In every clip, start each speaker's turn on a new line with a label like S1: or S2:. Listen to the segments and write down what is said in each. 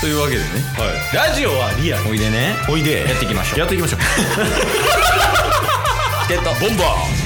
S1: というわけでね
S2: ラジオはリアル
S1: おいでね
S2: おいで
S1: やっていきましょう
S2: やっていきましょう
S1: チケットボンバー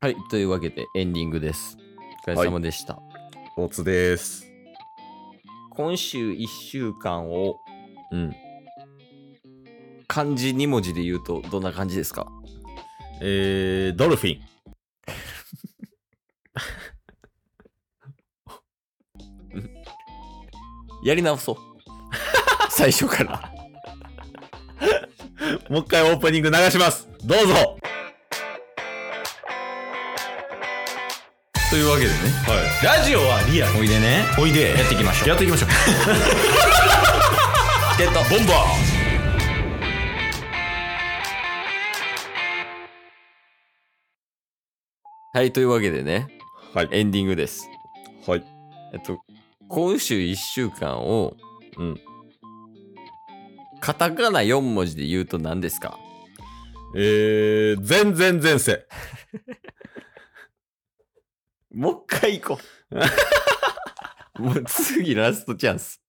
S1: はいというわけでエンディングですお疲れ様でした、
S2: おつです
S1: 今週1週間を
S2: うん
S1: 漢字2文字で言うとどんな感じですか
S2: えー、ドルフィン
S1: やり直そう最初から
S2: もう一回オープニング流しますどうぞは
S1: というわけでね
S2: いラジオはリアル
S1: おいでね
S2: おいでや
S1: っていきましょう
S2: やっていきましょう
S1: チケットボンバーはいというわけでね
S2: はい
S1: エンディングです
S2: はい
S1: えっと、今週1週間を、
S2: うん。
S1: カタカナ4文字で言うと何ですか
S2: えー、全然前世
S1: もう一回行こう。 もう次ラストチャンス。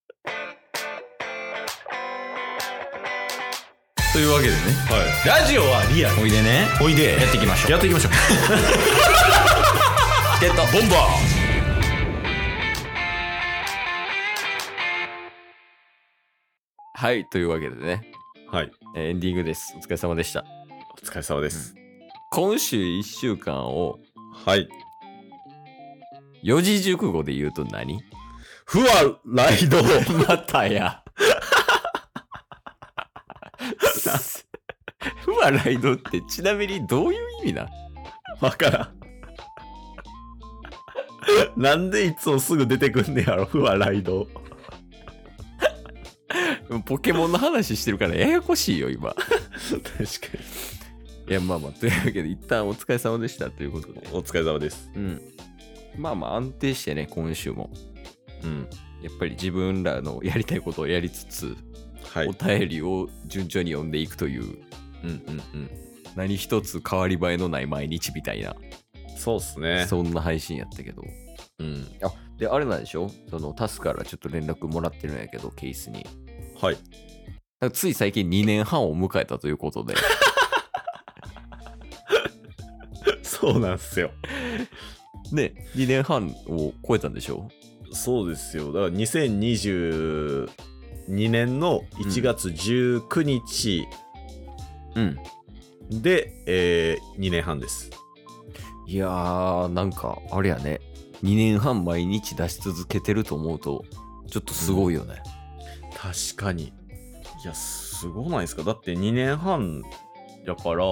S1: というわけでね、
S2: はいラジオはリアル
S1: おいでね、
S2: おいでやっていきましょうやっていき ましょう
S1: チケットボンバーはい、というわけでね、
S2: はい
S1: えーエンディングです。お疲れ様でした。
S2: お疲れ様です、
S1: 今週1週間を
S2: はい
S1: 四字熟語で言うと 何
S2: ふわライド
S1: またや。 ふわライドってちなみにどういう意味な
S2: わからんなんでいつもすぐ出てくんねやろふわライ ド
S1: ポケモンの話してるからややこしいよ今。
S2: 確かに
S1: いやまあまあというわけで一旦お疲れ様でしたということで。
S2: お疲れ様です
S1: うん。まあまあ安定してね今週も。
S2: うん
S1: やっぱり自分らのやりたいことをやりつつ、
S2: は
S1: お便りを順調に読んでいくという
S2: うんうんうん
S1: 何一つ変わり映えのない毎日みたいな、
S2: そうっすね
S1: そんな配信やったけど。
S2: うん
S1: あであれなんでしょそのタスからちょっと連絡もらってるんやけどケースにだ
S2: はい
S1: からつい最近2年半を迎えたということで
S2: そうなんすよ
S1: ね2年半を超えたんでしょ
S2: そうですよだから2022年の1月19日
S1: うん
S2: で、え2年半です
S1: いやーなんかあれやね2年半毎日出し続けてると思うとちょっとすごいよね、
S2: 確かにいやすごないですかだって2年半やから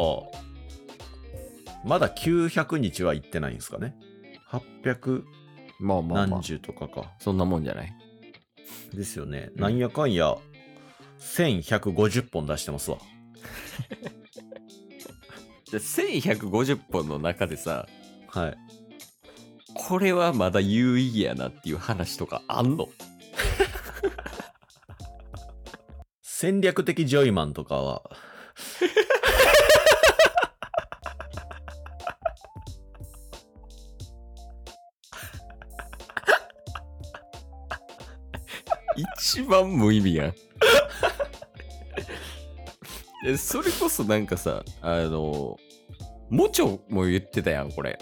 S2: まだ900日は行ってないんですかね800
S1: まあまあまあ
S2: 何十とかか
S1: そんなもんじゃない
S2: ですよね、
S1: うん
S2: なんやかんや1150本出してますわ
S1: で1150本の中でさ
S2: はい
S1: これはまだ有意義やなっていう話とかあんの
S2: 戦略的ジョイマンとかは
S1: 一番無意味やん え。それこそなんかさ、あの、もちょも言ってたやん、これ。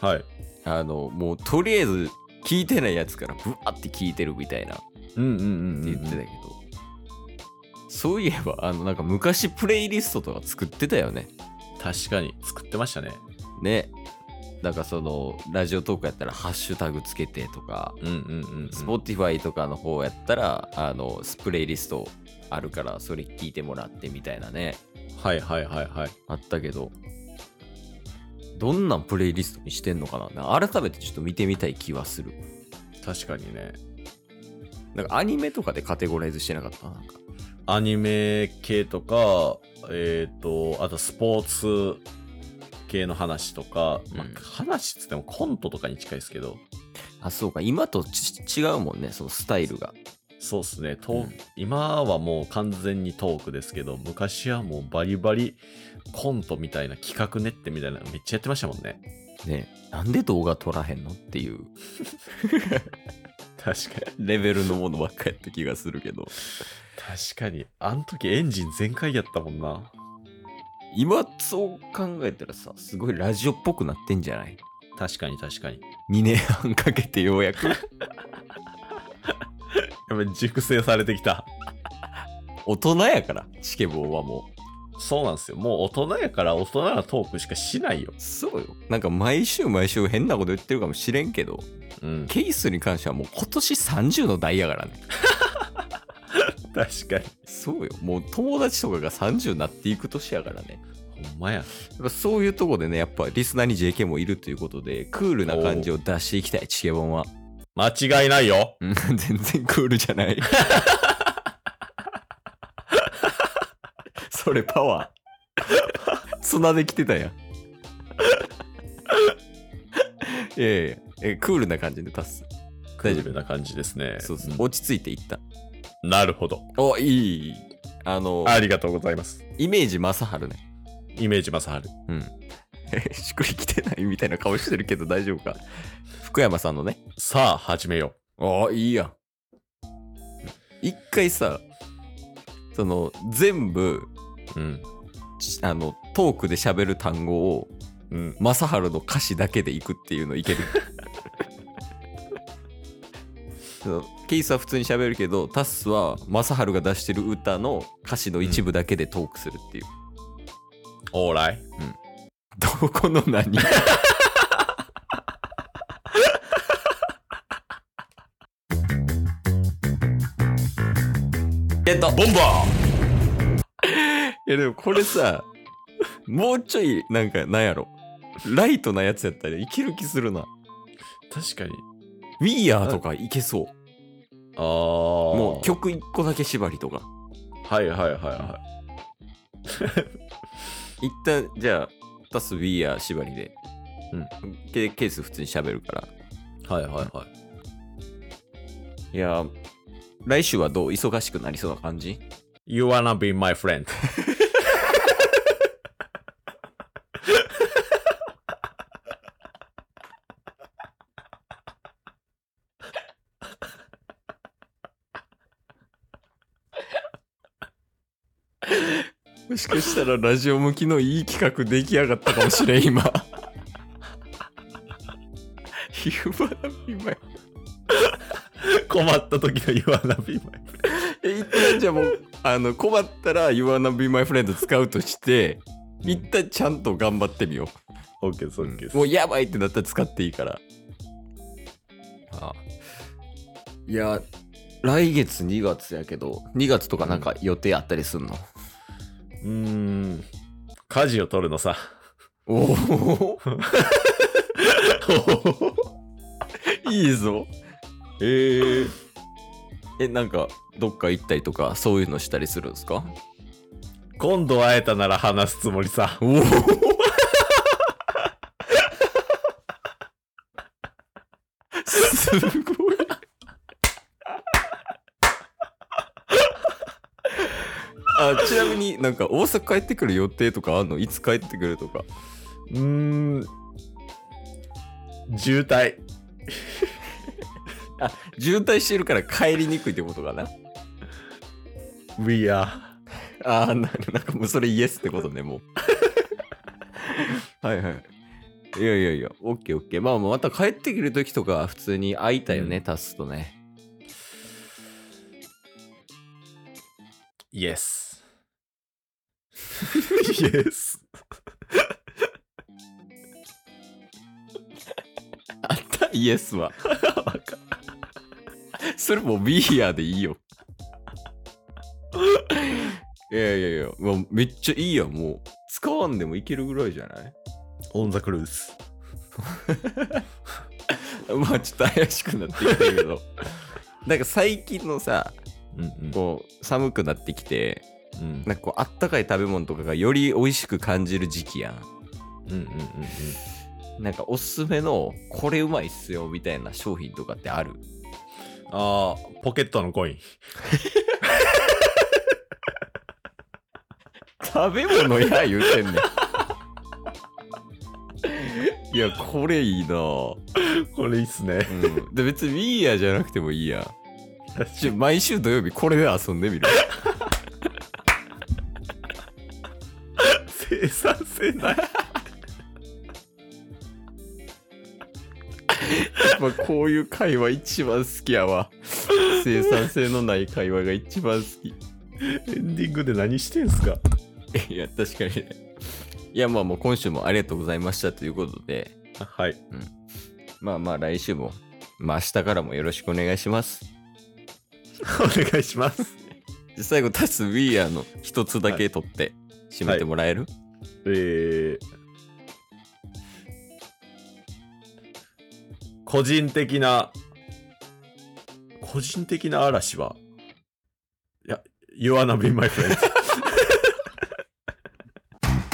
S2: はい
S1: あの、もうとりあえず聞いてないやつからブワって聞いてるみたいなって
S2: うんうんうんうん、
S1: 言ってたけど、そういえば、あの、なんか昔プレイリストとか作ってたよね。
S2: 確かに作ってましたね
S1: ね。なんかその、ラジオトークやったらハッシュタグつけてとか、
S2: うんうんうん、うん、
S1: Spotify とかの方やったら、あの、スプレイリストあるから、それ聞いてもらってみたいなね。
S2: はいはいはいはい
S1: あったけど、どんなプレイリストにしてんのかなな改めてちょっと見てみたい気はする。
S2: 確かにね
S1: なんかアニメとかでカテゴライズしてなかったなんか。
S2: アニメ系とかえっ、とあとスポーツ系の話とか、まあ
S1: うん
S2: 話っつってもコントとかに近いですけど
S1: あ、そうか。今とち違うもんね、そのスタイルが。
S2: そうっすね、トー
S1: うん
S2: 今はもう完全にトークですけど昔はもうバリバリコントみたいな企画練ってみたいなのめっちゃやってましたもんね
S1: ね、なんで動画撮らへんのっていう
S2: 確かに。
S1: レベルのものばっかやった気がするけど、
S2: 確かに。あの時エンジン全開やったもんな。
S1: 今そう考えたらさ、すごいラジオっぽくなってんじゃない
S2: 確かに確かに。
S1: 2年半かけてようや く
S2: やっぱ熟成されてきた。
S1: 大人やからチケボーはも
S2: そうなんですよ。もう大人やから大人なトークしかしないよ。
S1: うそうよなんか毎週毎週変なこと言ってるかもしれんけど
S2: うん。
S1: ケースに関してはもう今年30の代やからね
S2: 確かに。
S1: そうよもう友達とかが30になっていく年やからね
S2: ほんまや。
S1: やっぱそういうとこでねやっぱリスナーに JK もいるということでクールな感じを出していきたいチケボンは
S2: 間違いないよ。
S1: うん全然クールじゃないそれパワー綱で来てたやんいやいやえクールな感じで出す
S2: ク
S1: 大丈夫
S2: ールな感じですね。
S1: そうそう
S2: うん
S1: 落ち着いていった
S2: なるほど。
S1: おいいいいあの
S2: ありがとうございます。
S1: イメージ正治ね
S2: イメージマサハル。
S1: うんしっくりきてないみたいな顔してるけど大丈夫か福山さんのね
S2: さあ、始めよ
S1: ああいいやん一回さその全部
S2: う。うん。
S1: ちあのトークで喋る単語を
S2: うん。
S1: 正治の歌詞だけでいくっていうのい けるそのケイスは普通に喋るけどタスは正治が出してる歌の歌詞の一部だけでトークするっていう、
S2: オーライ。
S1: どこの何ゲット
S2: ボンバ
S1: いやでもこれさ、もうちょい、なんか、なんやろ。ライトなやつやったらいける気するな。
S2: ー確かに。
S1: We Are とかいけそ
S2: あ
S1: う。
S2: あ。
S1: も
S2: も
S1: う曲一個だけ縛りとか。
S2: はいはいはいは
S1: 一旦、じゃあ、出す We Are 縛りで。
S2: う
S1: で、ケース普通に喋るから。
S2: い。はいはいはい。
S1: いやー、来週はどう忙しくなりそうな感じ
S2: You wanna be my friend.
S1: もしかしたらラジオ向きのいい企画出来上がったかもしれん、今。You wanna be my
S2: 困った時の You wanna be my friend.
S1: え一旦じゃあもうあの困ったら「You wanna be my friend」使うとして一旦ちゃんと頑張ってみよ
S2: オッケーです、
S1: う、
S2: オッケーです。
S1: もうやばいってなったら使っていいからあいや来月2月やけど2月とかなんか予定あったりすんの、
S2: うーん。舵を取るのさ。
S1: お おいいぞえー、えなんかどっか行ったりとかそういうのしたりするんですか
S2: 今度会えたなら話すつもりさ。
S1: おおすごいあちなみになんか大阪帰ってくる予定とかあんのいつ帰ってくるとか
S2: うーん。渋滞。
S1: 渋滞してるから帰りにくいってことかな
S2: We are.
S1: ああな るなんかもうそれイエスってことねもう はいはいいやいやいやオッケーオッケーまあまあまた帰ってくる時とか普通に会いたいよね、
S2: うん
S1: タスとね
S2: Yes. yes.
S1: あったイエスは。 それもうビーヤーでいいよ。いやいやいや、まあ、めっちゃいいやんもう。使わんでもいけるぐらいじゃない
S2: On the cruise.
S1: まあちょっと怪しくなってきたけ ど。なんか最近のさ、
S2: うんうん
S1: こう寒くなってきて、
S2: うん
S1: なんかこうあったかい食べ物とかがより美味しく感じる時期やん。
S2: うんうん
S1: なんかおすすめのこれうまいっすよみたいな商品とかってある
S2: ああ、ポケットのコイン。
S1: 食べ物や言うてんねん いや、これいいなぁ。
S2: これいいっすね。
S1: うん、で別に w e やじゃなくてもいいや。ちょ毎週土曜日これで遊んでみ る。
S2: 生産性ない。
S1: まあこういう会話一番好きやわ。生産性のない会話が一番好
S2: エンディングで何してんすか
S1: き。いや、確かにね。いや、まあもう今週もありがとうございましたということで、
S2: はい。
S1: まあまあ来週も、まあ明日からもよろしくお願いします。
S2: お願いします。
S1: で最後、タス w e やの一つだけ取って、締めてもらえる、
S2: えー個人的な、個人的な嵐は、いや、You wanna be my friend.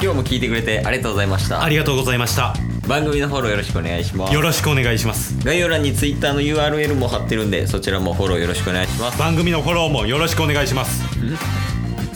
S1: 今日も聞いてくれてありがとうございました
S3: あ。りがとうございました
S1: 番組のフォローよろしくお願いします
S3: よ。ろしくお願いします
S1: 概要欄に Twitter の URL も貼ってるんで、そちらもフォローよろしくお願いします。
S3: 番組のフォローもよろしくお願いします